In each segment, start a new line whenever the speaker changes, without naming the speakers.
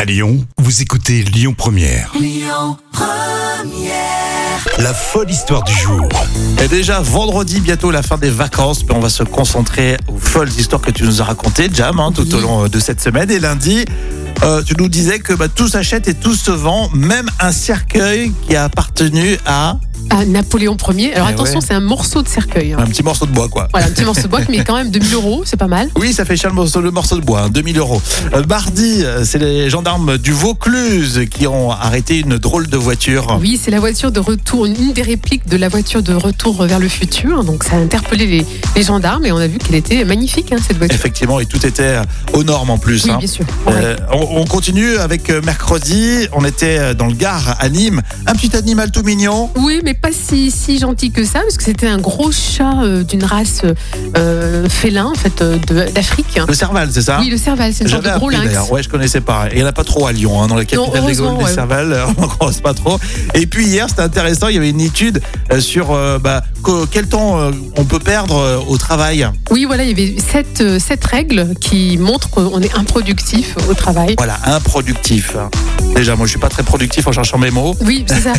À Lyon, vous écoutez Lyon Première. La folle histoire du jour.
Et déjà, vendredi, bientôt la fin des vacances, mais on va se concentrer aux folles histoires que tu nous as racontées, Jam, hein, tout au long de cette semaine. Et lundi, euh, tu nous disais que bah, tout s'achète et tout se vend, même un cercueil qui a appartenu à
à Napoléon Ier. Alors
Eh
attention,
ouais.
c'est un morceau de cercueil. hein.
un petit morceau de bois, quoi.
Voilà, un petit morceau de boîte, mais quand même 2000 euros, c'est pas mal.
Oui, ça fait cher le morceau, le morceau de bois, hein, 2000 euros. Euh, mardi, euh, c'est les gendarmes du Vaucluse qui ont arrêté une drôle de voiture.
Oui, c'est la voiture de retour, une une des répliques de la voiture de retour vers le futur. Donc ça a interpellé les, les gendarmes et on a vu qu'elle était magnifique, hein, cette voiture.
Effectivement, et tout était euh, aux normes en plus.
Oui,
hein.
bien sûr. Ouais.
Euh, on, on continue avec euh, mercredi. On était euh, dans le Gard à Nîmes. Un petit animal tout mignon.
Oui, mais pas si, si gentil que ça, parce que c'était un gros chat euh, d'une race euh, félin, en fait, euh, de- d'Afrique.
Le Serval, c'est ça
Oui, le serval, c'est une sorte
Ah. J'avais
de gros
appris
lynx.
d'ailleurs. Ouais, je connaissais pas. Il y en a pas trop à Lyon, hein, dans la capitale des Gaules,
heureusement,
des
ouais.
Servals, euh, on n'en croise pas trop. Et puis hier, c'était intéressant. Il y avait une étude euh, sur euh, bah, que- quel temps euh, on peut perdre euh, au travail.
Oui, voilà, il y avait sept, euh, sept règles qui montrent qu'on est improductif au travail.
Voilà, improductif. hein. Déjà, moi, je suis pas très productif en cherchant mes mots.
Oui, c'est ça.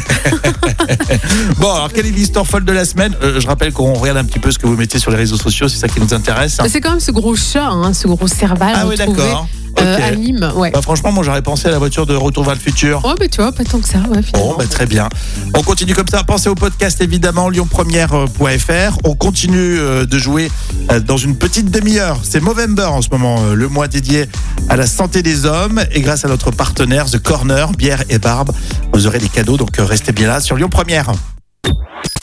Bon, alors quelle est l'histoire folle de la semaine Euh, Je rappelle qu'on regarde un petit peu ce que vous mettez sur les réseaux sociaux, c'est ça qui nous intéresse.
Mais C'est quand même ce gros chat, hein, ce gros cerval
Ah oui,
retrouvé
d'accord.
euh,
Ok.
à Nîmes. Ouais.
Bah, franchement, moi j'aurais pensé à la voiture de Retour vers le futur.
Oh, mais tu vois, pas tant que ça, ouais,
Bon,
finalement.
bah, très bien. On continue comme ça. Pensez au podcast évidemment euh, lyonpremière.fr. On continue euh, de jouer euh, dans une petite demi-heure. C'est Movember en ce moment, euh, le mois dédié à la santé des hommes. Et grâce à notre partenaire The Corner, bière et barbe, vous aurez des cadeaux. Donc euh, restez bien là sur Lyon Première.